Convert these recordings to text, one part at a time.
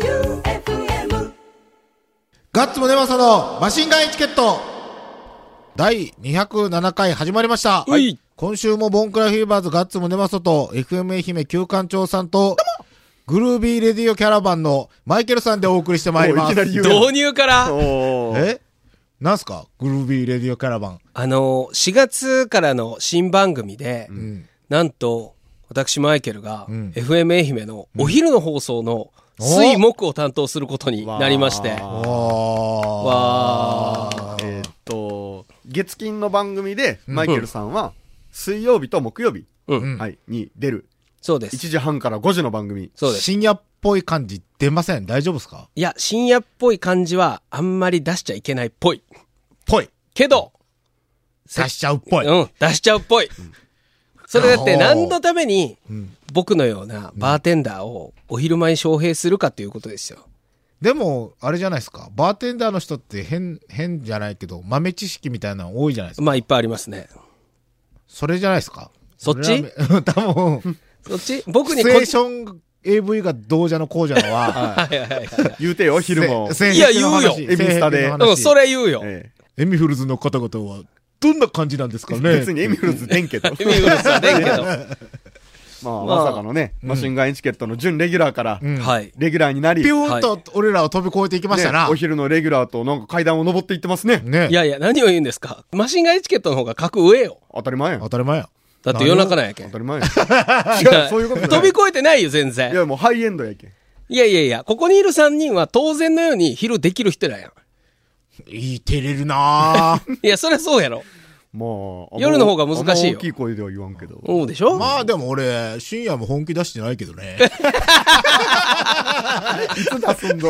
J-O-E-U-F-M ガッツムネマソのマシンガンエチケット第207回始まりました。はい。今週もボンクラフィーバーズガッツムネマソと FM 愛媛旧館長さんとグルービーレディオキャラバンのマイケルさんでお送りしてまいります。おいきなり言うな導入から、おーえなんすかグルービーレディオキャラバン。あの、4月からの新番組で、うん。なんと、私マイケルが、うん FM 愛媛のお昼の放送の水木を担当することに なりまして、わあーー。わー。えーっと、月金の番組で、マイケルさんは、水曜日と木曜日、うん。はい、に出る、そうです。 1時半から5時の番組。そうです。深夜っぽい感じ出ません大丈夫ですかいや、深夜っぽい感じはあんまり出しちゃいけないっぽい。ぽい。けど、出しちゃうっぽい。うん、出しちゃうっぽい。それだって何のためにん僕のようなバーテンダーをお昼前に招聘するかということですよ。でも、あれじゃないですか。バーテンダーの人って変、変じゃないけど、豆知識みたいなの多いじゃないですか。まあいっぱいありますね。それじゃないですか。そっちれは 多分、そっちシ僕にチこュエーション AV がどうじゃのこうじゃの は、はいはいはいはい。言うてよ、昼も。せいや性癖の話言うよエミスタで性癖の話うん、それ言うよ。えエミフルズの方々は、どんな感じなんですかえね別にエミフルズ出んけど。エミウルスはねんけど。 まあ、まあまさかのね、マシンガンエチケットの準レギュラーから、んはい。レギュラーになり、ピューンと俺らを飛び越えていきましたねな。お昼のレギュラーとなんか階段を登っていってますね。ねいやいや、何を言うんですか。マシンガンエチケットの方が格上よ。当たり前やん。当当たり前や。だって夜中なんやけん。たり前やん。違 違う、そういうことじゃ飛なびい。越えてないよ、全い然。や、もうハイエンドやけん。いやいやいや、ここにいる3人は当然のように昼できる人らやん。いい、照れるな ぁいや、そりゃそうやろ。まあ、夜の方が難しいよあんま大きい声では言わんけど。そうでしょまあでも俺、深夜も本気出してないけどね。いつ出すんぞ。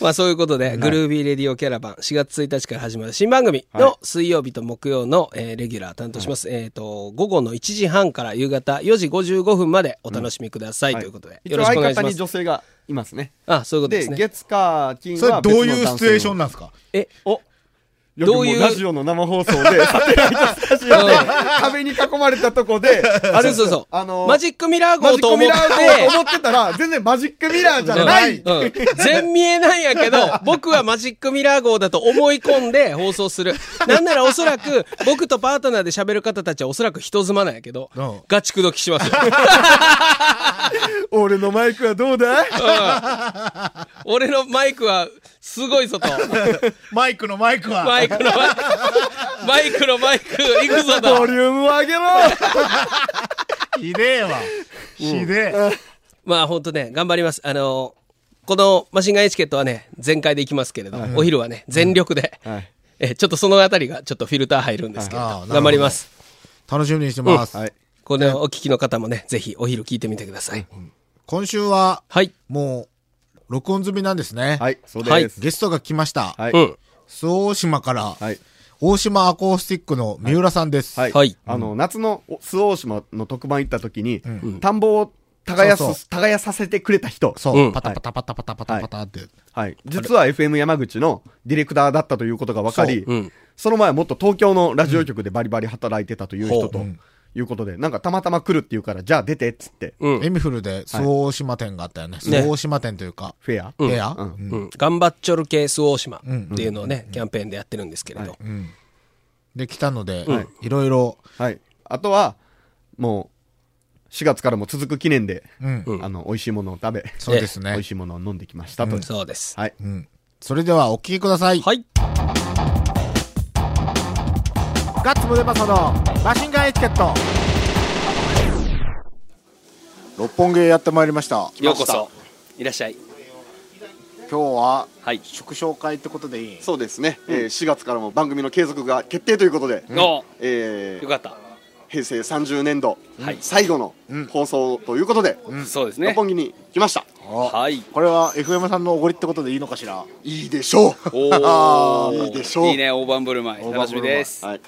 まあそういうことで、グルービーレディオキャラバン、4月1日から始まる新番組はいの水曜日と木曜の、えーレギュラー担当します。えっ、と、午後の1時半から夕方4時55分までお楽しみください、ということで、一よ応ろしくお相願いし方まにす。女性がいますね。あ、そういうことでで、すね。月火金それはどういうシチュエーションななんで すかえ、おどどうういいううラジオの生放送 で、サテライトスタジオで、壁に囲まれたとこで、あれそうそう。あのーマジックミラーマ号ジッとク思ミってラ。ーと思ってたら、全然マジックミラー じゃないうんうん全見えなんやけど、僕はマジックミラー号だと思い込んで放送する。なんならおそらく、僕とパートナーで喋る方たちはおそらく人妻なんやけどうん、ガチくどきしますよ。俺のマイクはどうだ俺のマイクは、すごいぞと。 マイクのマイクは。マイクのマイク、マイクのマイク、いくぞボとリ。ュームを上げろひでえわ。ひでえ。まあ本当ね、頑張ります。あのこのマシンガンエチケットはね、全開でいきますけれど、お昼はね、全力で、はいえちょっとそのあたりがちょっとフィルター入るんですけれど、はいああなるほど頑張ります。楽しみにしてます。はい。これをお聞きの方もね、ぜひお昼聞いてみてください。今週は、はい。もう、録音済みなんですね。はい、そうです。ゲストが来ました。はい。うはん。周防大島から、い。大島アコースティックの三浦さんです。はい。はいあの、夏のお周防大島の特番行った時に、田んぼを耕そうそす、耕させてくれた人。そう、うんパタパタパタパタパタパタって。はい。実は FM 山口のディレクターだったということが分かり、そううんその前もっと東京のラジオ局でバリバリ働いてたという人と、ほいうことで、なんかたまたま来るっていうから、じゃあ出てっつって、うん。エミフルで周防大島店があったよね。周防大島店というか、フェア、部屋、ううんんうん。頑張っちょる系ス大島っていうのをね、キャンペーンでやってるんですけれど。で来たので、いろいろ、はい。あとは、もう、4月からも続く記念で、うんあの、美味しいものを食べ、そうですね美味しいものを飲んできましたと。そうです。はい。うんそれではお聞きください。はい。ガッツムデパソのマシンガンエチケット。六本木へやってまいりました。ようこそ。いらっしゃい。今日は、はい食紹介ってことでいいそうですね、え4月からも番組の継続が決定ということで、おえよかった。平成30年度、はい最後の放送ということで、そうです六ね。本木に来ましたはい。これは FM さんのおごりってことでいいのかしらいいでしょうおーいいでしょういいね、大盤振る舞い。楽しみです。はい、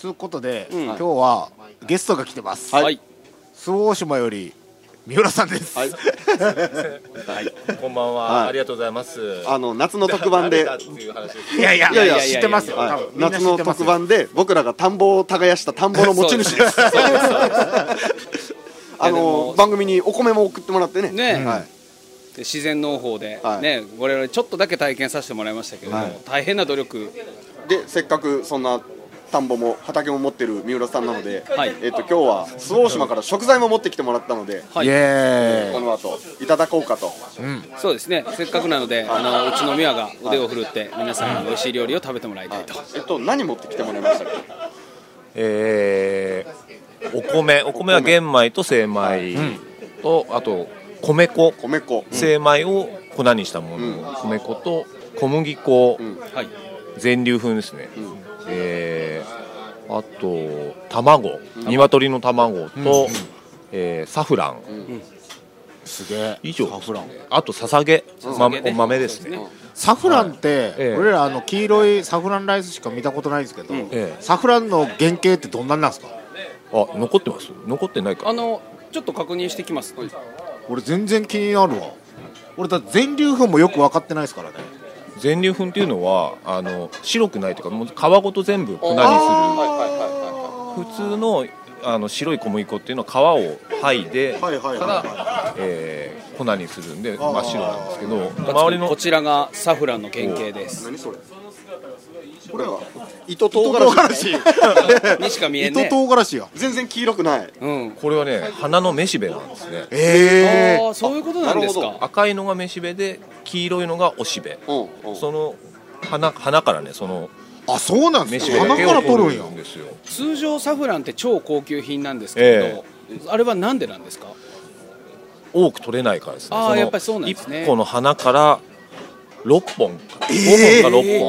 ということで、ん今日はゲストが来てます、はい。周防大島より三浦さんです、 はいこんばんは、はいありがとうございます。あの夏の特番で誰だっていう話ですいやいやいやいや知ってますよ、はい多分みんな夏知っのてます特よ番で僕らが田んぼを耕した田んぼの持ち主ですそうですあいやでのも番組にお米も送ってもらってねねえはいで自然農法で、はいね我々ちょっとだけ体験させてもらいましたけれども、はい大変な努力でせっかくそんな田んぼも畑も持ってる三浦さんなので、はいえっと今日は周防島から食材も持ってきてもらったので、はいイエこの後いただこうかとそうですねせっかくなのであのうちの美和が腕を振るって皆さんに美味しい料理を食べてもらいたいと、えっと何持ってきてもらいましたっけえーお米お米は玄米と精米とあと米粉米粉精米を粉にしたもの、米粉と小麦粉、んはい全粒粉ですね、えーあと卵、鶏の卵と、えーサフラン、すげえ以上サフランあとささげ、まねお豆ですねそうサフランって、ええ俺らあの黄色いサフランライスしか見たことないんですけど、ええサフランの原型ってどんなんなんですかあ残ってます残ってないかあのちょっと確認してきます、俺全然気になるわ俺だって全粒粉もよく分かってないですからね全粒粉っていうのはあの白くないというかもう皮ごと全部粉にする普通のあの白い小麦粉っていうのは皮を剥いではいはいはいから、えー粉にするんで真っ白なんですけど周りのこちらがサフランの原型です何それこれは糸唐辛子にしか見えん糸ね唐辛子や全然黄色くないうんこれはね花のめしべなんですねえああそういうことなんですなるほか赤いのがめしべで黄色いのがおしべうんうんその花花からねそのー、あそうなんめでしすべねだ鼻けからを取る取んやるんですよ通常サフランって超高級品なんですけれど、あれはなんでなんですか多く取れないからですねあーそのやっぱりそうなんですね一個の花から6本かえー5本か6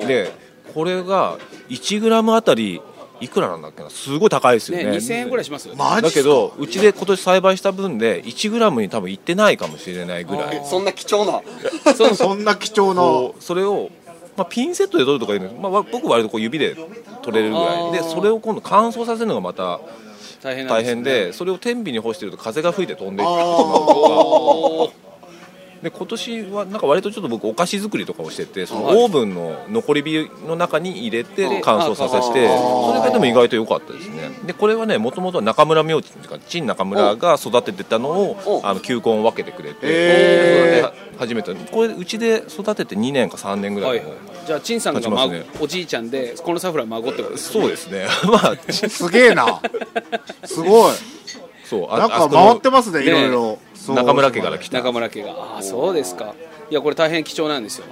本、でこれが1グラムあたりいくらなんだっけなすごい高いですよねね2000円ぐらいしますマジだっすけかどうちで今年栽培した分で1グラムに多分いってないかもしれないぐらいそんな貴重なそうそんな貴重なこうそれを、まあ、ピンセットで取るとかいうの、まあ、わ僕割とこう指で取れるぐらいであーそれを今度乾燥させるのがまた大変なん大です変ねでそれを天秤に干してると風が吹いて飛んでいくおーで今年はなんか割とちょっと僕お菓子作りとかをしててそのはいオーブンの残り火の中に入れて乾燥させてあそれがでも意外と良かったですねでこれはねもともとは中村明治っていうか陳中村が育ててたのをおあの球根を分けてくれへて初めてこれうちで育てて2年か3年ぐらはいいかなはいじゃあ陳さんが、立ちます孫ねおじいちゃんでこのサフラン孫ってことですそうですね まあすげえなすごいそうあなんあかそこの回ってますねねいろいろそう中村家から来た中村家がああそうですかいやこれ大変貴重なんですよ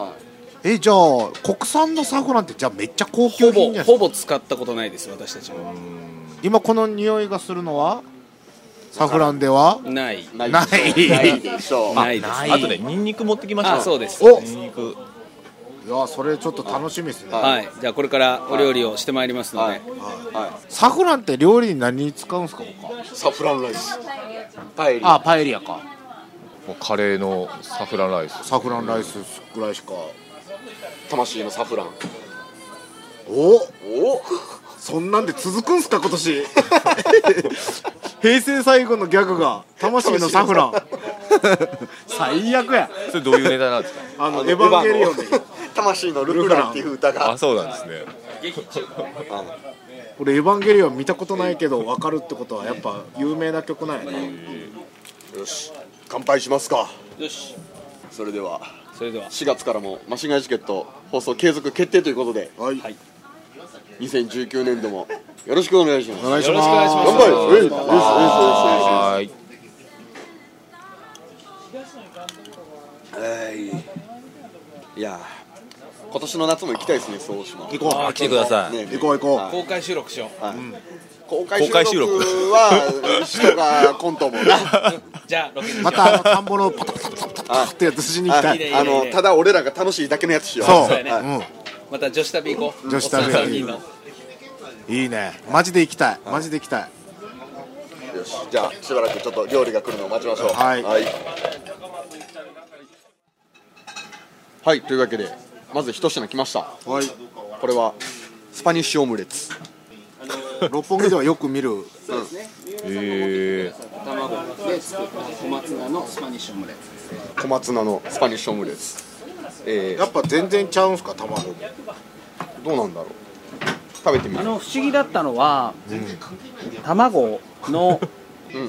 えじゃあ国産のサフランってじゃあめっちゃ高級品ほぼじゃないですほかぼ使ったことないです私たちも今この匂いがするのはサフランではないないないないでしょうないですあとねニンニク持ってきましたあそうですおニンニクいやそれちょっと楽しみですね、はいじゃあこれからお料理をしてまいりますのはでいはいサフランって料理に何に使うんですか他サフランライスパエリあパエリアかもうカレーのサフランライスサフランライスぐらいしか魂のサフランおおそんなんで続くんすか今年 平成最後のギャグが魂のサフラン 最悪やそれどういうネタなんですかあのエヴァンゲリオンで魂のルフランっていう歌があそうなんですね俺エヴァンゲリオン見たことないけど分かるってことはやっぱ有名な曲なんやねよし乾杯しますかよしそれではそれでは4月からもマシンガイチケット放送継続決定ということではいい2019年度もよろしくお願いしますお願いしよろましくお願いしますす乾杯ういよしよしよしよしよしはいはいいやー今年の夏も行きたいですねそうしま行こ来てくださうねう行こう行こう、はい公開収録しよう公開収録は人がコントも なじゃあロケにしよまうたあの田んぼのパタパタパタパタってやつしに行きたはいいあのただ俺らが楽しいだけのやつしようそう、そうやまた女子旅行こう女子旅おっさん三人のうん、いいねマジで行きたいマジで行きたいうんよしじゃあしばらくちょっと料理が来るのを待ちましょうはいはい、はいというわけでまず一品来ましたはいこれはスパニッシュオムレツ六本木ではよく見るえ卵で作った小松菜のスパニッシュオムレツ小松菜のスパニッシュオムレツえやっぱ全然ちゃうんすか卵もー、どうなんだろう食べてみあるの不思議だったのは、卵の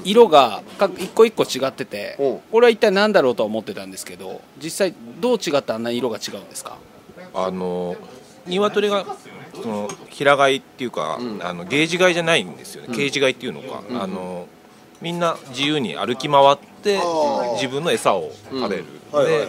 色が各一個一個違ってておうこれは一体何だろうとは思ってたんですけど実際どう違ってあんな色が違うんですかあの鶏がその平飼いっていうか、あのゲージ飼いじゃないんですよね、ケージ飼いっていうのか、あのみんな自由に歩き回って自分の餌を食べる、で、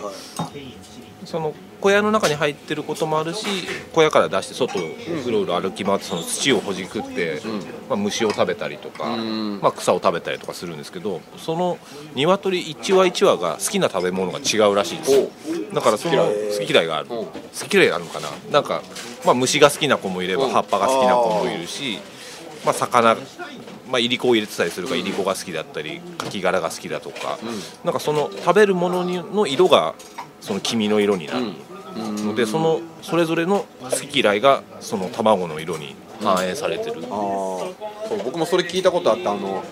その小屋の中に入ってることもあるし小屋から出して外をうろうろ歩き回ってその土をほじくって、まあ、虫を食べたりとか、まあ、草を食べたりとかするんですけどその鶏一羽一羽が好きな食べ物が違うらしいんですよだからその好き嫌いがある好き嫌いがあるのかななんか、まあ、虫が好きな子もいれば葉っぱが好きな子もいるし、まあ、魚まあ、いりこを入れてたりするからいりこが好きだったりかき殻が好きだとか、なんかその食べるものにの色がその黄身の色になるので、そのそれぞれの好き嫌いがその卵の色に反映されてる、あーそう僕もそれ聞いたことあったあの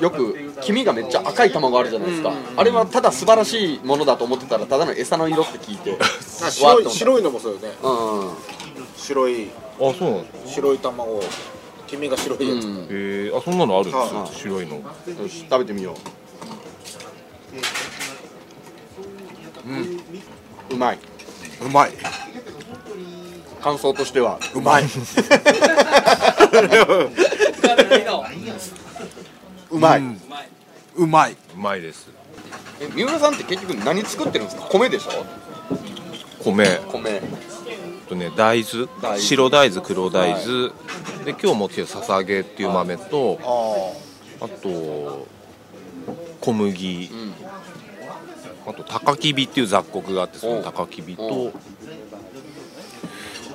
よく黄身がめっちゃ赤い卵あるじゃないですか、あれはただ素晴らしいものだと思ってたらただの餌の色って聞いて白わーっとい白いのもそうよね思っ白いあそうなんです白い卵黄身が白いたうやんつ、、うんへえあそんなのあるんですはいよはい白いのよし食べてみよう、うん、うまいうまい感想としてはうまいうまい、うまいうまいですえ三浦さんって結局何作ってるんですか米でしょ米米とね大豆大豆白大豆黒大豆、で今日持ってきたささげっていう豆とあと小麦、あと高きびっていう雑穀があってその高きびと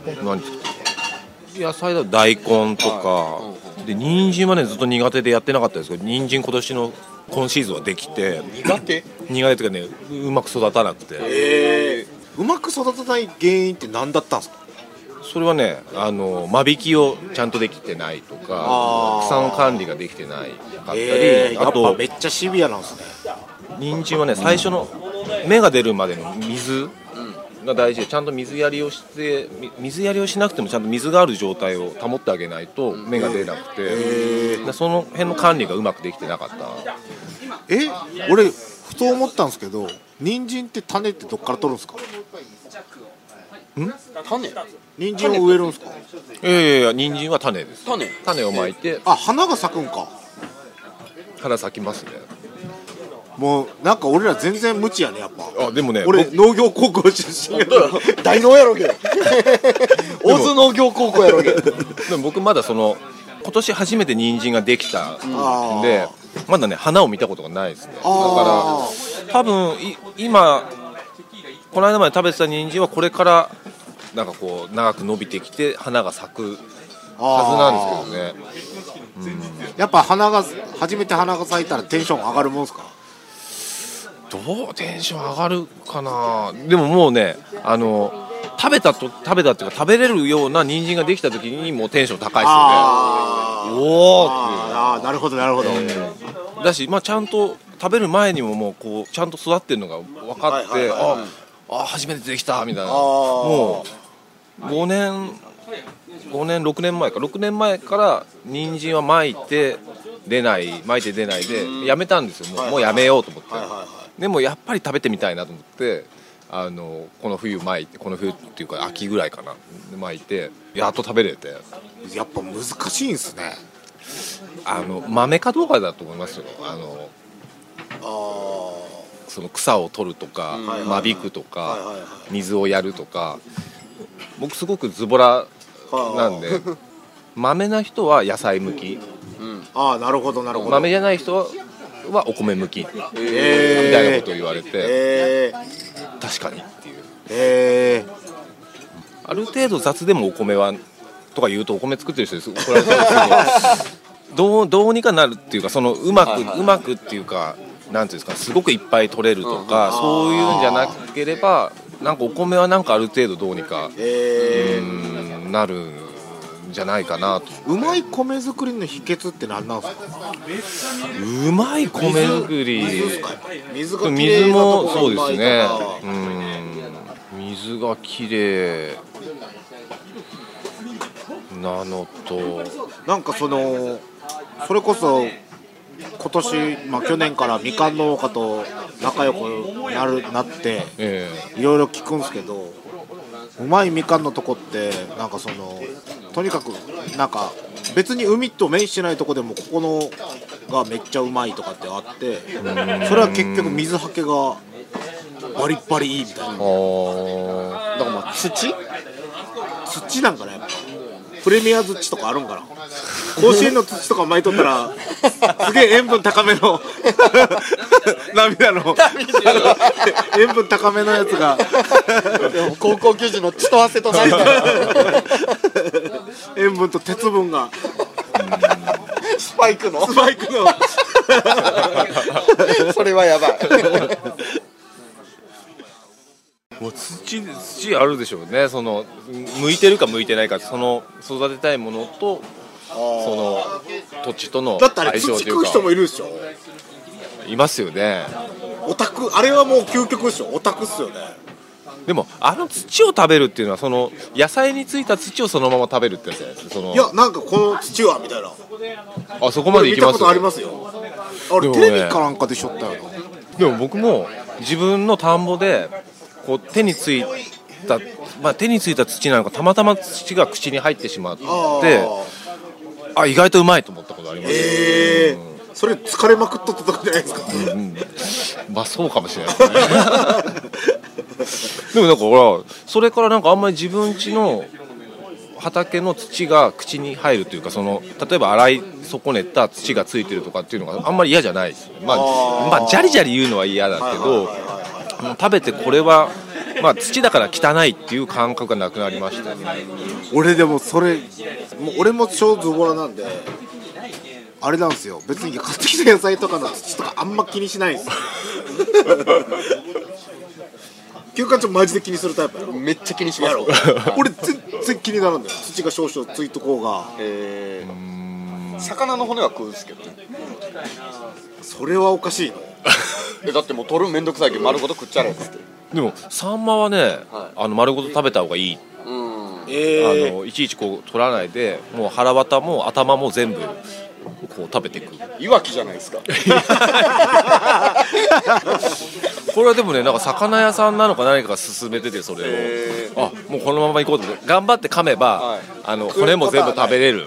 あと何作ってる野菜だと大根とか、で人参はねずっと苦手でやってなかったですけど人参今年の今シーズンはできて苦手苦手というかねうまく育たなくて。えー、うまく育たない原因って何だったんですかそれはねあの間引きをちゃんとできてないとかあー草の管理ができてないかったり、えー、やあっぱとめっちゃシビアなんですね人参はね最初の芽が出るまでの水が大事でちゃんと水やりをしてみ水やりをしなくてもちゃんと水がある状態を保ってあげないと芽が出なくて、でその辺の管理がうまくできてなかったえ俺ふと思ったんですけど人参って種ってどっから取るんですか種人参を植えるんですかいやいやいや人参は種です種種をまいてあ花が咲くんか花咲きますねもうなんか俺ら全然無知やねやっぱあでもね俺農業高校出身やから大農やろうけど大津農業高校やろうけど でも僕まだその今年初めて人参ができあたんーでまだね花を見たことがないですねだあから多分い今この間まで食べてた人参はこれからなんかこう長く伸びてきて花が咲くはずなんですけどねやっぱ花が初めて花が咲いたらテンション上がるもんすかどうテンション上がるかなでももうねあの食べたと食べたっていうか食べれるような人参ができた時にもうテンション高いですよねあーおおっていうあーあーなるほどなるほど、だし、まあ、ちゃんと食べる前にももうこうちゃんと育ってるのが分かって、はいはいはいああ初めてできたみたいなあーもう5年5年6年前か6年前から人参はまいて出ないまいて出ないでやめたんですよもう,、もうやめようと思って、でもやっぱり食べてみたいなと思ってあのこの冬まいてこの冬っていうか秋ぐらいかなまいてやっと食べれてやっぱ難しいんすねあの豆かどうかだと思いますよあのその草を取るとか、間引くとか、水をやるとか僕すごくズボラなんで豆な人は野菜向きああなるほどなるほど豆じゃない人ははお米向きみえたいなことを言われて、えー、確かにっていうえー、ある程度雑でもお米はとか言うとお米作ってる人です怒られそうですけ どどうどうにかなるっていうかそのうまく、うまくっていうかなんていうんですかすごくいっぱい取れるとか、そういうんじゃなければなんかお米はなんかある程度どうにか、えうーんなるんじゃないかなとー、うまい米作りの秘訣って何なんですかうまい米作り水がきれ水いなともこがそうですねうまいからうん水がきれいなのとなんかそのそれこそ今年、まあ、去年からみかん農家と仲良くなるなってえいろいろ聞くんですけどうまいみかんのとこってなんかそのとにかくなんか別に海と面してないとこでもここのがめっちゃうまいとかってあってそれは結局水はけがバリッバリいいみたいなえあだからまあ土土なんかねやっぱプレミア土とかあるんかな甲子園の土とか巻いとったらすげえ塩分高めの涙の塩分高めのやつがでも高校球児の血と汗と涙 塩分と鉄分がスパイクのスパイクの それはやばいもう土土あるでしょうねその向いてるか向いてないかその育てたいものとその土地とのだってあれ相土性とい食ううか人もいるでしょいますよねオタクあれはもう究極でしょオタクっすよねでもあの土を食べるっていうのはその野菜についた土をそのまま食べるってやつじゃないですかそのいやなんかこの土はみたいなあそこまでい見きたまこすとありますよあれでもねテレビかなんかでしょったよなでも僕も自分の田んぼでこう手についた、まあ、手についた土なのかたまたま土が口に入ってしまってああ意外とうまいと思ったことあります、ええー、それ疲れまくっとったとかじゃないですか、まあそうかもしれないですね でもなんかほらそれからなんかあんまり自分家の畑の土が口に入るというかその例えば洗い損ねた土がついてるとかっていうのがあんまり嫌じゃないですねまあまあじゃりじゃり言うのは嫌だけどもう食べてこれは、まあ、土だから汚いっていう感覚がなくなりましたね俺でもそれもう俺も超ズボラなんであれなんですよ別に買ってきた野菜とかの土とかあんま気にしないんですよ 休館長マジで気にするタイプやろめっちゃ気にします俺全然気にならんだよ土が少々ついとこうがえー魚の骨は食うんですけどねそれはおかしいのえだってもう取るんめんどくさいけど丸ごと食っちゃえっつってでもサンマはね、はいあの丸ごと食べた方がいいうんあのいちいちこう取らないでもう腹渡も頭も全部こう食べていくいわきじゃないですかこれはでもねなんか魚屋さんなのか何かが勧めててそれを、あもうこのまま行こうと思って頑張って噛めば、はいあの食骨えるこもとは全部食べれる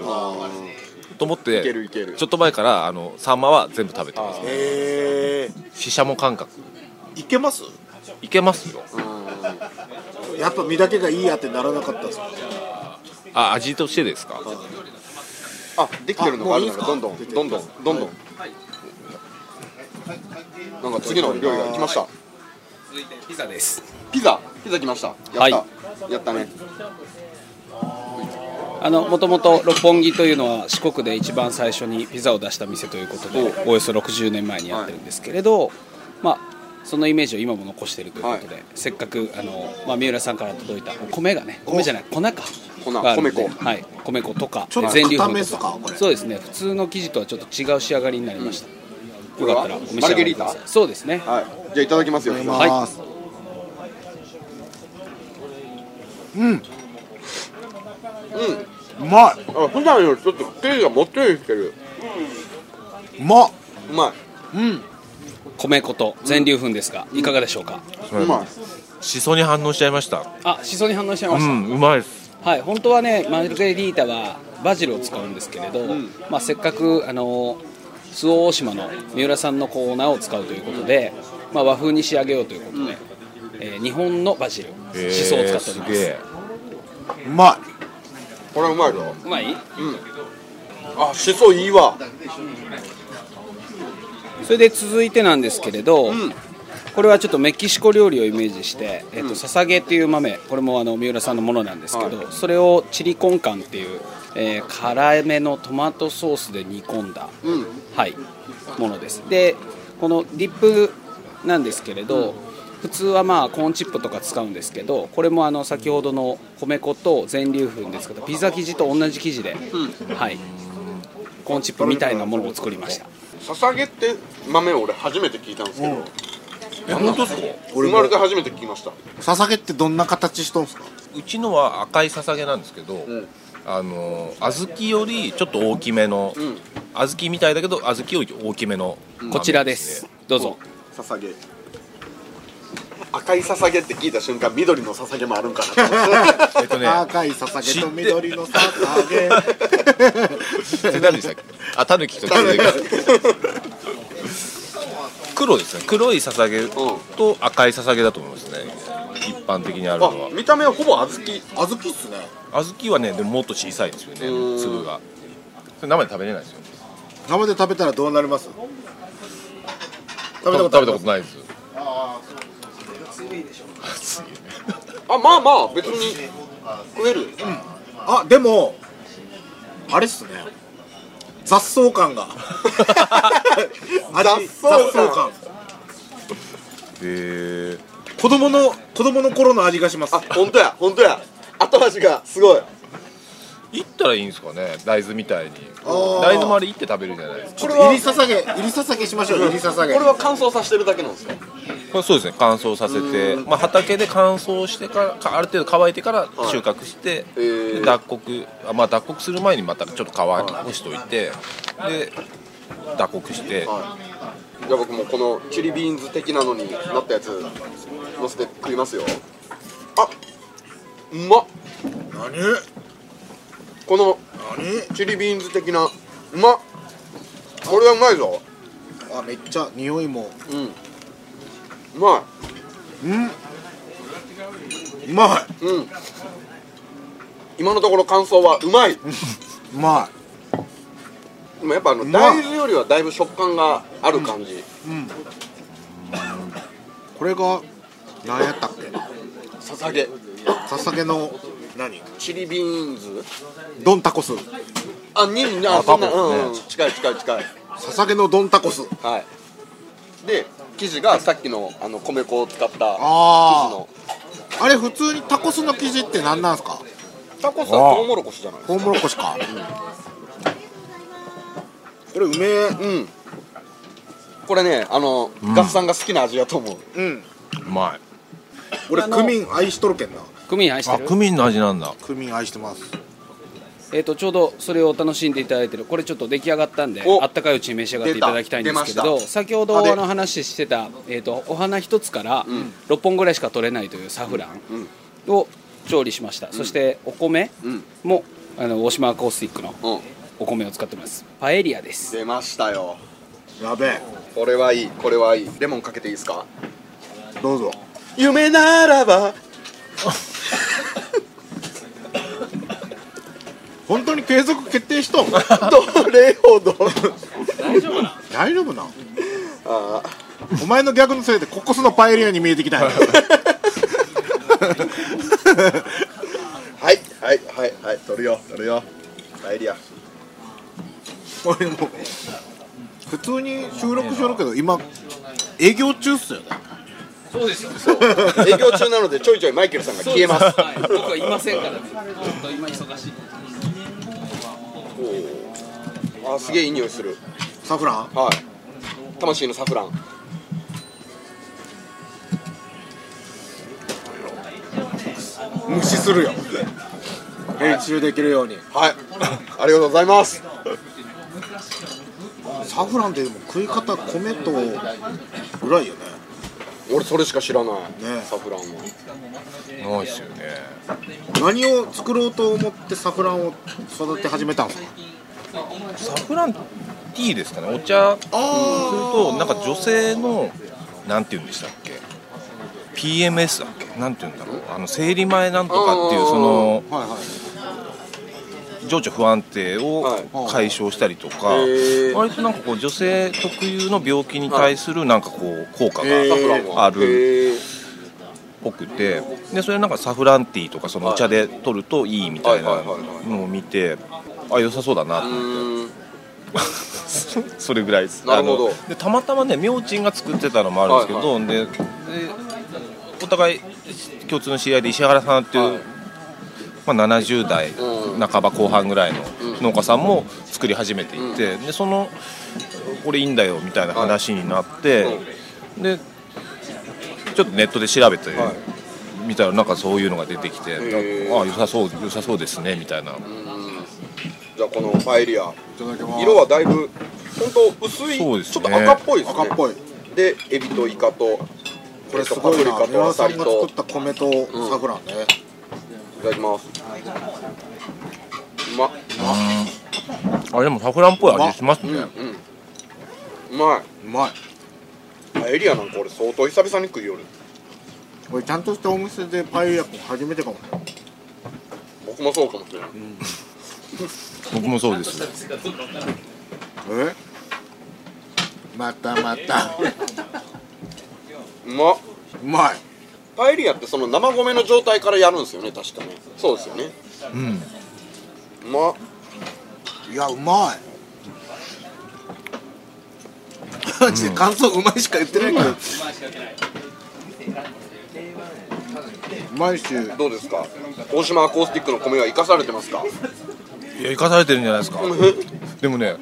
と思っていけるいけるちょっと前からあのサンマは全部食べてますねえししゃも感覚ー、いけますいけますよやっぱ身だけがいいやってならなかったですかあ味としてですかあできてるのがああもるういいっなすらかどんどんどんどんどんどんなんか次の料理が来ました続いてピザですピザピザ来ましたやった、やったねあのもともと六本木というのは四国で一番最初にピザを出した店ということでおよそ60年前にやってるんですけれど、まあそのイメージを今も残しているということで、せっかくあの、まあ、三浦さんから届いた米がね米じゃない粉か粉があるので米粉はい、米粉とかちょっと全粒粉硬めっすとかこれそうですね普通の生地とはちょっと違う仕上がりになりました、これよかはったらお召しマ上ルがゲりリーくださいタそうですねはいじゃあいただきますよピザはいうまいあ普段よりちょっと生地がもっちりしてるうまっうまい米粉と全粒粉ですが、いかがでしょうかうまいしそに反応しちゃいましたあしそに反応しちゃいうました、んうまいですはい、本当はねマルゲリータはバジルを使うんですけれど、まあ、せっかくあの周防大島の三浦さんのコーナーを使うということで、まあ、和風に仕上げようということで、えー日本のバジルしそを使っております,、えうまいこれはうまいぞうまいあしそいいわそれで続いてなんですけれど、これはちょっとメキシコ料理をイメージして、えっと捧げっていう豆これもあの三浦さんのものなんですけど、それをチリコンカンっていう、えー辛めのトマトソースで煮込んだ、はい、ものですでこのディップなんですけれど、普通はまあコーンチップとか使うんですけどこれもあの先ほどの米粉と全粒粉で使ったピザ生地と同じ生地で、はい、コーンチップみたいなものを作りました捧げって豆俺初めて聞いたんですけど、本当ですか生まれて初めて聞きました捧げってどんな形しとんすかうちのは赤い捧げなんですけど、あの小豆よりちょっと大きめの、小豆みたいだけど小豆を大きめの豆こちらですどうぞ捧げ赤い捧げって聞いた瞬間緑の捧げもあるんかなと思ってえっとね赤い捧げと緑の捧げそれ何でしたっけあタヌキ とタヌキ黒ですね黒い捧げと赤い捧げだと思いますね一般的にあるのはあ見た目はほぼ小豆小豆っすね小豆はねでももっと小さいですよね粒がそれ生で食べれないですよね生で食べたらどうなります食べた食べこたとあこりまとすないですあまあまあ別に食えるあでもあれっすね雑草感 が味草感雑草感へえ子供の子供の頃の味がしますあ本当や本当や後味がすごい行ったらいいんですかね大豆みたいにー大豆もあれ行って食べるじゃないですかちょっと入り捧げ入り捧げしましょう入り捧こげれは乾燥させてるだけなんですよこれそうですね乾燥させて、まあ、畑で乾燥してからかある程度乾いてから収穫して、へーで脱穀あ、まあ、脱穀する前にまたちょっと乾きをしといて、で脱穀して、じゃあ僕もこのチリビーンズ的なのになったやつ乗せて食いますよあうまっ何この何チリビーンズ的なうまっこれはうまいぞあめっちゃ匂いもうんうまうまいうん今のところ感想はうまい でいうまもやっぱあのうまい大豆よりはだいぶ食感がある感じいこれが何やったっけ捧げ捧げの何チリビーンズドンタコスあにあそんな多う分ねんうん近い近い近い捧げのドンタコスはいで生地がさっきのあの米粉を使った生地あのああれ普通にタコスの生地って何なんすかタコスはトウモロコシじゃないトウモロコシか、これうめえうんこれねあの、ガスさんが好きな味やと思ううんうまい俺クミン愛しとるけんなクミン愛してあるクミンの味なんだクミン愛してますえー、とちょうどそれを楽しんでいただいてるこれちょっと出来上がったんでおあったかいうちに召し上がっていただきたいんですけれ出た出どました先ほどあの話してた、えー、とお花一つから6本ぐらいしか取れないというサフランを調理しました、そしてお米うんもあの大島アコースティックのうんお米を使ってますパエリア です出ましたよやべえこれはいいこれはいいレモンかけていいですかどうぞ夢ならば 本当に継続決定しとん どれほど 大丈夫なんお前のギャグのせいでここそのパエリアに見えてきたんや はいはいはいはい取るよ取るよパエリア俺もう普通に収録しとるけど今営業中っすよねそうですよ営業中なのでちょいちょいマイケルさんが消えます僕はいませんからねちょっと今忙しいおーあすげえいい匂いするサフランはい魂のサフラン無視するよ練習できるようにはいありがとうございますサフランってでも食い方米とぐらいよね俺それしか知らない、ねサフランはないですよね何を作ろうと思ってサフランを育て始めたんですかサフランティーですかねお茶するとなんか女性のなんて言うんでしたっけ PMS だっけなんて言うんだろうあの生理前なんとかっていうそのはいはい情緒不安定を解消したりとか、はいへー割となんかこう女性特有の病気に対するなんかこう効サ果フがランはあるっへーぽくてでそれなんかサフランティーとかそのお茶で取るといいみたはいいなはいはいはいのを見てあ良さそうだなとう思ってーんそれぐらいですなるほどあのでたまたまね明珍が作ってたのもあるんですけど、ででお互い共通の知り合いで石原さんっていはう、いまあ、70代うん半ば後半ぐらいの農家さんも作り始めていて、でその「これいいんだよ」みたいな話になって、はいでちょっとネットで調べて。はい見たらなんかそういうのが出てきて、へーあ良さそう良さそうですねみたいなうんじゃあこのパエリアいただきます色はだいぶ本当薄い、そうですねちょっと赤っぽいですね赤っぽいでエビとイカとここれれすとごパいプリなカ三と輪アさサんリがと作いった米とサフランね、ただきますうまっあでもサフランっぽい味しますね、うんうまうまいいパエリアなんか俺相当久々に食いよるこれちゃんとしたお店でパエリア粉初めてかもね僕もそうかもしれない 僕もそうですえまたまたうまっうまいパエリアってその生米の状態からやるんですよね確かねそうですよねうんうまっいやうまいマジで感想うまいしか言ってないけどうまいしどうですか大島アコースティックの米は生かされてますかいや生かされてるんじゃないですかでもね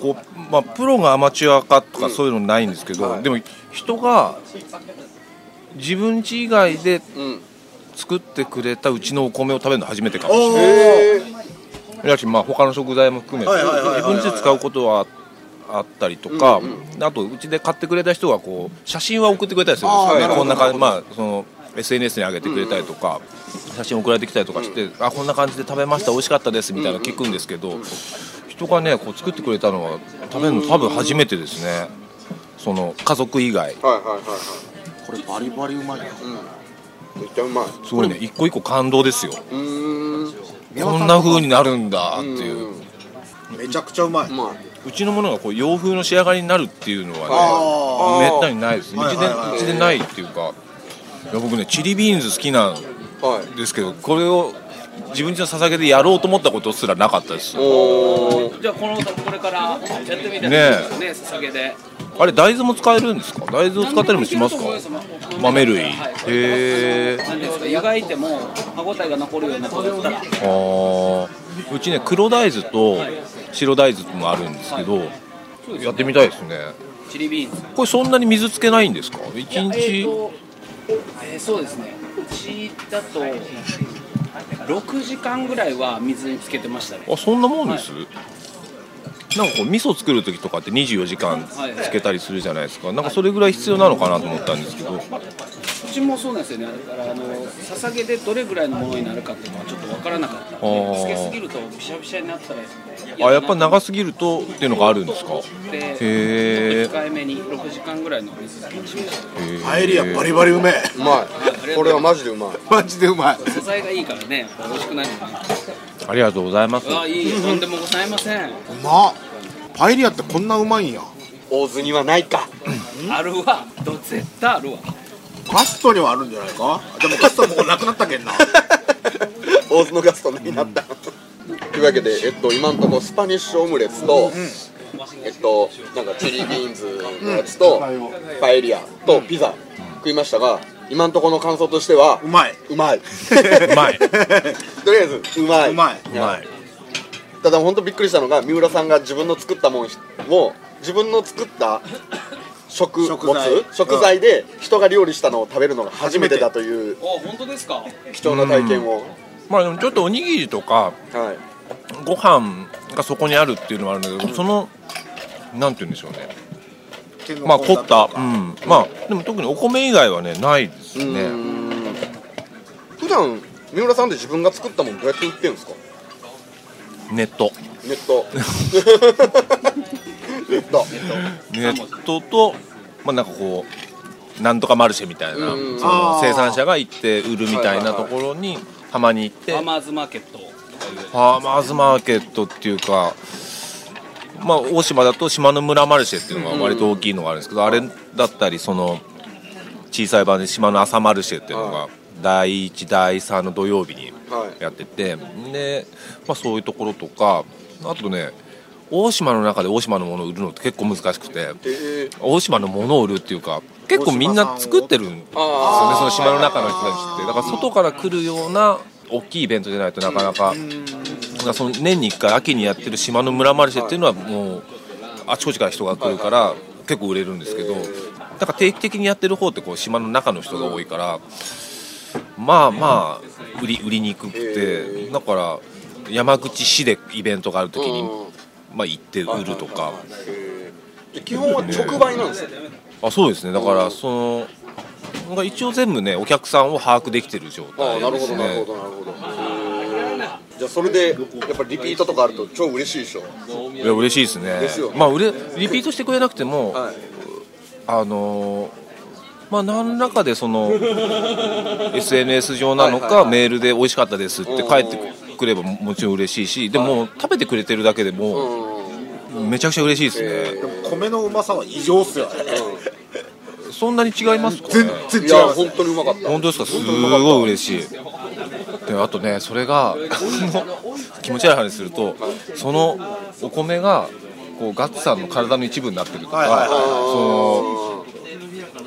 こうまあプロがアマチュアかとかそういうのないんですけど、はいでも人が自分家以外でうん作ってくれたうちのお米を食べるの初めてかもしれおへえないだしまあ他の食材も含めてはいはいはいはいはい自分家で使うことはあったりとか、うんあとうちで買ってくれた人はこう写真は送ってくれたりするんあーですなるほよねこどんな感じまあその SNS に上げてくれたりとか、写真送られてきたりとかして、あこんな感じで食べました美味しかったですみたいなの聞くんですけど、人がねこう作ってくれたのは食べるの多分初めてですね、その家族以外はいはいはいはこれバリバリうまいないめっちゃうまいすごいね一個一個感動ですようーんうこんな風になるんだっていう。んめちゃくちゃうまい、まいうちのものがこう洋風の仕上がりになるっていうのはあねあめったにないですねうはいちはでいはいうちでないっていうかいや僕ねチリビーンズ好きなんはいですけどこれを自分ちの捧げでやろうと思ったことすらなかったですおーじゃあこのこれからやってみたいねえねね捧げであれ大豆も使えるんですか大豆を使ったりもしますか豆類へえ何ですか湯がいても歯ごたえが残るようなことだったらあーうちね黒大豆と白大豆もあるんですけどやってみたいですねチリビーンズこれそんなに水つけないんですか一いやえー日とえーそうですねうちだと6時間ぐらいは水につけてましたねあそんなもんです、なんかこう味噌作る時とかって24時間つけたりするじゃないですかなんかそれぐらい必要なのかなと思ったんですけどうちもそうなんですよねだからあの捧げでどれぐらいのものになるかっていうのはちょっと分からなかったあのーでつけすぎるとびしゃびしゃになったらあやっぱ長すぎるとっていうのがあるんですかでへー控えめに6時間ぐらいの水にしましたパエリアバリバリう めえうまいこれはマジでうまいマジでうまい素材がいいからねやっぱ美味しくないのねありがとうございますうわいいとんでもございませんうまっパエリアってこんなうまいんや大津にはないかあるわど絶対あるわガストにはあるんじゃないかでもガストもうなくなったけんな大津のガストになった、というわけで、えっと、今のところスパニッシュオムレツと、えっと、なんかチリビーンズのやつと、パエリアとピザ食いましたが今のところの感想としてはうまいうまいうまいとりあえずうまいうまいただ本当びっくりしたのが三浦さんが自分の作ったもんを自分の作った食物食材食材で人が料理したのを食べるのが初めてだというあ本当ですか貴重な体験を、まあでもちょっとおにぎりとかはいご飯がそこにあるっていうのはあるんだけどそのなんて言うんでしょうねまあ凝った、うん、まあでも特にお米以外はねないですうねん普段三浦さんって自分が作ったもんどうやって売ってるんですかネット ネットネットネットと、まあ、なんかこうなんとかマルシェみたいな、うんそのあー生産者が行って売るみたいなはいはいとはいころにたまに行ってファフーァマーズマーケットーマーズマーケットっていうか、まあ、大島だと島の村マルシェっていうのが割と大きいのがあるんですけど、あれだったりその小さい版で島の朝マルシェっていうのはが第1第3の土曜日にはいやっててで、まあ、そういうところとかあとね大島の中で大島のものを売るのって結構難しくて。えー、大島のものを売るっていうか結構みんな作ってるんですよねあその島の中の人たちってだから外から来るような大きいイベントじゃないとなかなかだからその年に1回秋にやってる島の村マルシェっていうのはもうあちこちから人が来るから結構売れるんですけどだから定期的にやってる方ってこう島の中の人が多いからまあまあ売り売りにくくてだから山口市でイベントがある時に、うんまあ、行って売るとか、へー基本は直売なんですよあそうですねだかうらんその、まあ一応全部ねお客さんを把握できてる状あ態あなるでほすどなるねほどなるほどじゃあそれでやっぱりリピートとかあると超嬉しいでしょいや嬉しいですねですよねまあ売れリピートしてくれなくても、はいあのーまあ何らかでそ の SNS 上なのか、はいはいはいメールで美味しかったですって帰ってくればももちろん嬉しいしでも、食べてくれてるだけでも、うんめちゃくちゃ嬉しいですね、え米のうまさは異常っすよねそんなに違いますか、ね、ーいや本当にうまかった本当ですかすごい嬉しいであとねそれが あの気持ち悪い話するとそのお米がこうガッツさんの体の一部になってるとか、その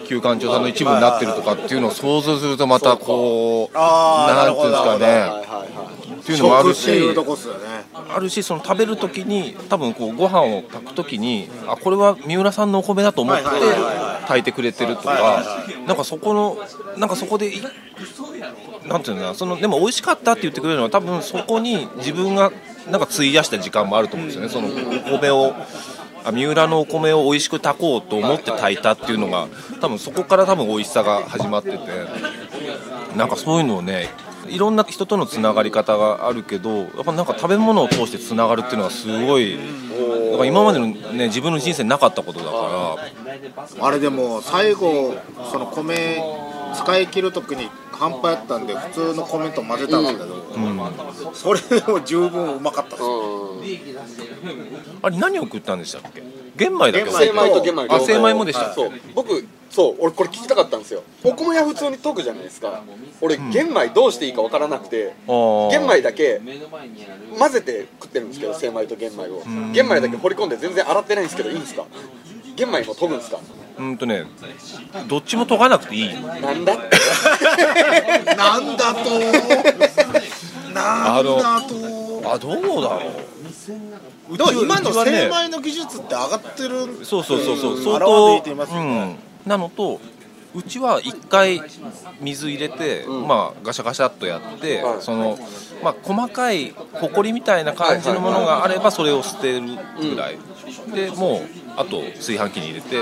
旧館長さんの一部になってるとかっていうのを想像するとまたこうあーなんていうんですかなはいねはいはいっていうのもあ食るっていうしとこっすよねあるしその食べる時に多分こうご飯を炊く時にあこれは三浦さんのお米だと思ってはいはいはいは炊いてくれてるとはいはいかなんかそこのなんかそこでいなんていうのかなそのでも美味しかったって言ってくれるのは多分そこに自分がなんか費やした時間もあると思うんですよねそのお米を。あ三浦のお米を美味しく炊こうと思って炊いたっていうのが多分そこから多分美味しさが始まっててなんかそういうのをねいろんな人とのつながり方があるけどやっぱなんか食べ物を通してつながるっていうのはすごいだから今までの、ね、自分の人生なかったことだからあれでも最後その米使い切るときに半端やったんで普通の米と混ぜたんですけど、それでも十分うまかったですあれ何を食ったんでしたっけ玄米だっけ玄精米と玄玄米米あ精米もでしたっけそう僕そう俺これ聞きたかったんですよお米屋普通に研ぐじゃないですか俺玄米どうしていいかわからなくてあー玄米だけ混ぜて食ってるんですけど精米と玄米を玄米だけ掘り込んで全然洗ってないんですけどいいんですか玄米も研ぐんですかうんとねどっちも研がなくていいなんだなんだとなんだとあどうだろううでちはも今のうちはね精米の技術って上がってるそうそうそうそう、うん相洗わ当ないと言いますようん、なのとうちは一回水入れて、まあガシャガシャっとやって、はいそのまあ細かいホコリみたいな感じのものがあればそれを捨てるぐらい、でもうあと炊飯器に入れて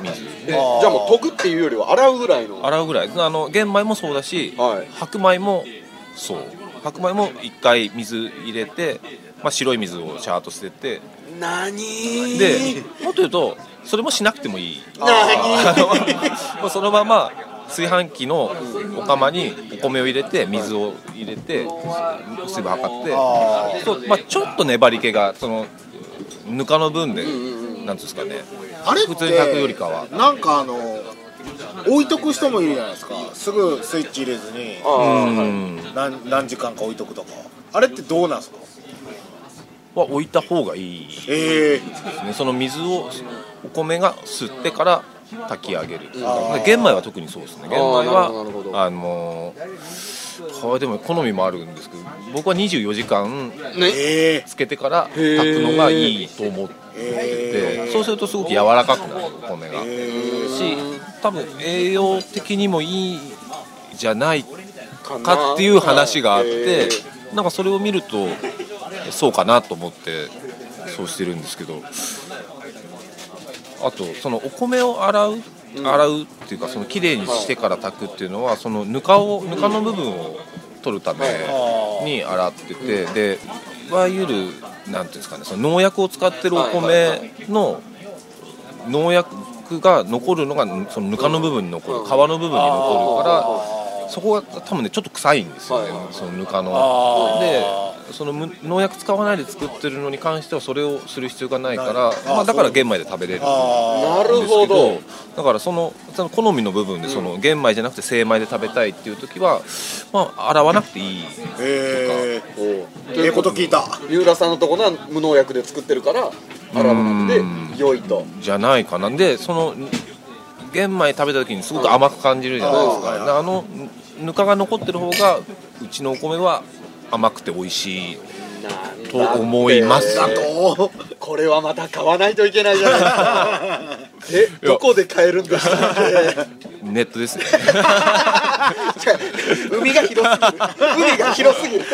水じゃあもう研ぐっていうよりは洗うぐらいの洗うぐらいあの玄米もそうだし、はい白米もそう白米も一回水入れて、まあ、白い水をシャーッと捨てて何でもっと言うとそれもしなくてもいいあの もうそのまま炊飯器のお釜にお米を入れて水を入れて水分測ってそう、まあ、ちょっと粘り気がそのぬかの分でなんていうんですかねあれって普通に炊くよりかはなんかあの置いとく人もいるじゃないですかすぐスイッチ入れずにうん何何時間か置いとくとかあれってどうなんですかは置いた方がいいでええすねその水をお米が吸ってから炊き上げるで玄米は特にそうですね玄米あーなるほどなるほはどあのこれでも好みもあるんですけど僕は24時間ええつけてから炊くのがいいと思っててそうするとすごく柔らかくなるお米がし多分栄養的にもいいじゃないかっていう話があってなんかそれを見るとそうかなと思ってそうしてるんですけどあとそのお米を洗う洗うっていうかその綺麗にしてから炊くっていうのはそのぬかをぬかの部分を取るために洗っててでいわゆるなんていうんですかねその農薬を使ってるお米の農薬が残るのがそのぬかの部分に残る皮の部分に残るからそこが多分ねちょっと臭いんですよねそのぬかの。でそのむ農薬使わないで作ってるのに関してはそれをする必要がないからまあだから玄米で食べれる。ななるほどだからそのその好みの部分でその玄米じゃなくて精米で食べたいっていう時は、まあ、洗わなくていいえおうえええこと聞いた三浦さんのとこな無農薬で作ってるから洗わなくて良いとじゃないかなでその玄米食べた時にすごく甘く感じるじゃないですかであのぬかが残ってる方がうちのお米は甘くて美味しいと思いますおーこれはまた買わないといけないじゃないですかえどこで買えるんですかネットですね 海が広すぎる海が広すぎる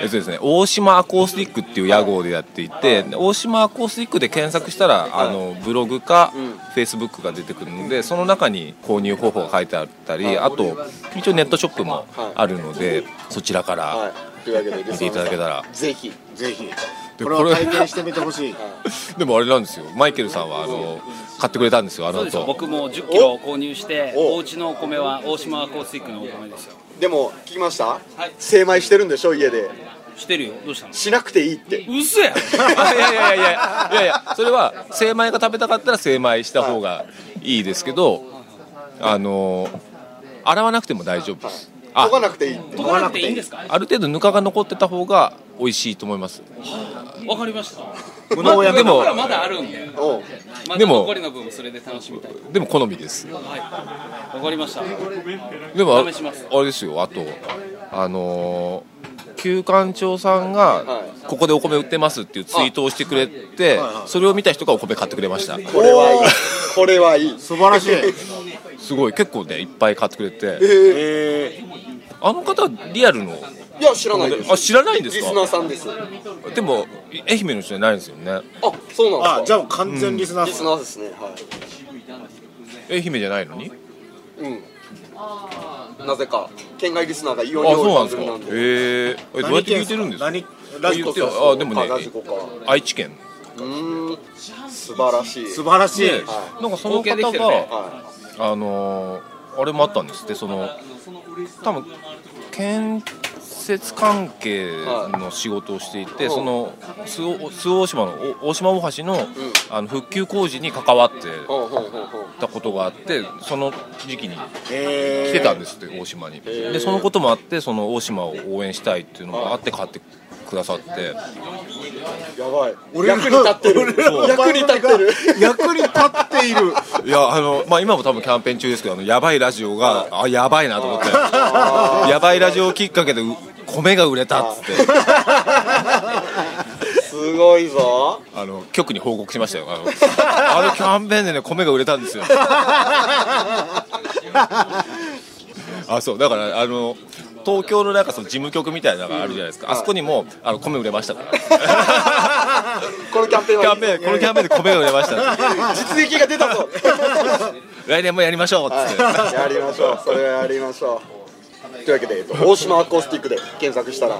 えっとですね、大島アコースティックっていう屋号でやっていて、大島アコースティックで検索したらあのブログかフェイスブックが出てくるのでその中に購入方法が書いてあったりあと一応ネットショップもあるのでそちらからはいというわけで見ていただけたらぜひぜひでこれこをれ体験してみてほしい でもあれなんですよマイケルさんはあの買ってくれたんですよあそのうですよ後僕も1 0キロ購入しておお家のお米は大島コースティックのお米ですよでも聞きました、はい精米してるんでしょ家でしてるよどうしたのしなくていいって嘘やんいやいやいやいやいやいやそれは精米が食べたかったら精米した方がいいですけどあの洗わなくても大丈夫ですあ研がなくていいって溶かなくていいんですかある程度ぬかが残ってた方が美味しいと思いますわかりました無農薬でも僕らまだあるんでおうまだでも残りの分もそれで楽しみたいでも好みですはいわかりましたでもあ試しますあれですよあとあのー旧館長さんがはいここでお米売ってますっていうツイートをしてくれてそれを見た人がお米買ってくれましたこれはいいこれはいい素晴らしいすごい結構ねいっぱい買ってくれえてーあの方リアルのいや知らないですあ知らないんですかリスナーさんですあでもい愛媛の人じゃないんですよねそうなんあじですゃあかもう完全リスナーリっスすナーですねはい愛媛じゃないのにうんなぜか県外リスナーがいあよいそうなよんですか番組へええどうやって聞いてるんですか何ラジ言コってさんよそうあでもねあラジコか愛知県うーん素晴らしい素晴らしいでなんかその貢献でき方てるが、ねはあのーあれもあったんですってその多分建設関係の仕事をしていて、はいその周防周防大島のお大島大橋の,、あの復旧工事に関わっていほうほうほうほうたことがあってその時期に来来てたんですって大島にでそのこともあってその大島を応援したいっていうのがあって買ってくださってやばい俺ら役に立ってる俺らの役に立ってる役に立っている いやあの、まあ、今も多分キャンペーン中ですけどあのやばいラジオが、あやばいなと思ってやばいラジオきっかけでう米が売れたっ つってすごいぞあの局に報告しましたよあのあのキャンペーンでね米が売れたんですよあそうだからあの東京のなんかその事務局みたいなのがあるじゃないですか、あそこにもあの米売れましたから このキャンペーンキャはンペーンこのキャンペーンで米が売れました実益が出たぞ 来年もやりましょうっつって、やりましょうそれはやりましょうというわけで、えっと、大島アコースティックで検索したら、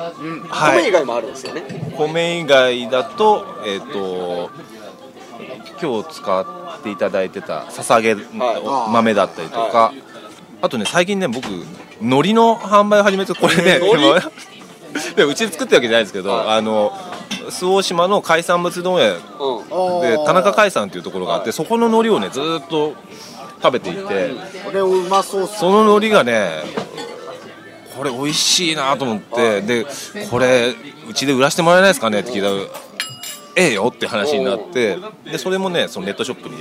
はい米以外もあるんですよね米以外だとえっ、と今日使っていただいてた捧げはい豆だったりとか、あとね最近ね僕海苔の販売を始めてこれね海苔このでもうちで作ってるわけじゃないですけど、はあの周防大島の海産物問屋うんでで田中海産っていうところがあってそこの海苔をねずーっと食べていてこれうまそうっすその海苔がねこれ美味しいなと思ってでこれうちで売らせてもらえないですかねって聞いたらええよって話になってでそれもねそのネットショップに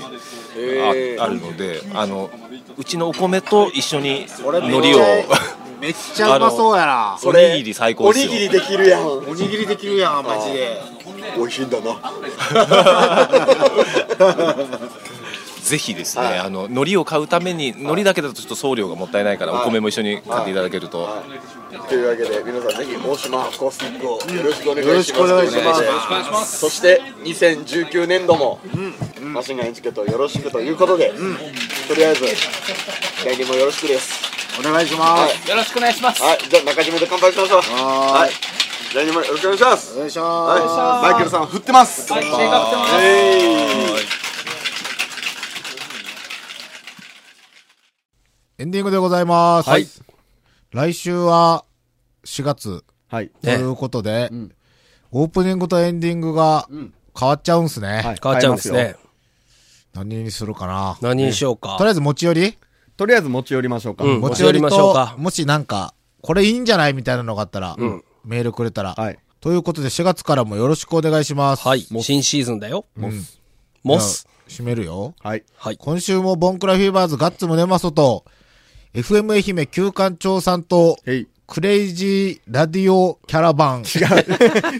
へーああるのであのうちのお米と一緒にこれめっ海ちゃ苔をめっちゃうまそうやな おにぎり最高おでにすよぎりできるやんおにぎりできるやんマジで美味しいんだな ぜひですね、はいあの海苔を買うために海苔だけだとちょっと送料がもったいないからおはい米も一緒に買っていただけると、というわけで皆さんぜひ大島アコースティックをよろしくお願いしよますろしくお願いしますとうことでそして2019年度もマシンガンエチケットをよろしくということで、とりあえず来年もよろしくですお願いしまはいすよろしくお願いしますはいじゃあ中島で乾杯しましょうはーいはい来年もよろしくお願いしますお願いしはまいマイケルさん振ってますはい正確ともエンディングでございます。はい。来週は4月はいということで、オープニングとエンディングが変わっちゃうんすね。はい変わっちゃうんですね。何にするかな。何にしようとりか。あえず持ち寄りとりあえず持ち寄りましょうか、うん持ち寄り持ち寄りましょうとか、もしなんか、これいいんじゃないみたいなのがあったら、メールくれたら。はいということで4月からもよろしくお願いします。はい。新シーズンだよ。モス。モス。じゃあ。締めるよ。はいはい。今週もボンクラフィーバーズガッツムネマソと、FM 愛媛旧館長さんと、へいクレイジーラディオキャラバン。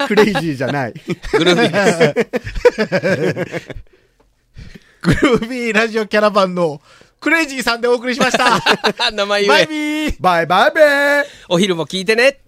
クレイジーじゃないグルービーです。グルービーラジオキャラバンのクレイジーさんでお送りしました。 名前言バイえ。ビーバイバイベーお昼も聞いてね。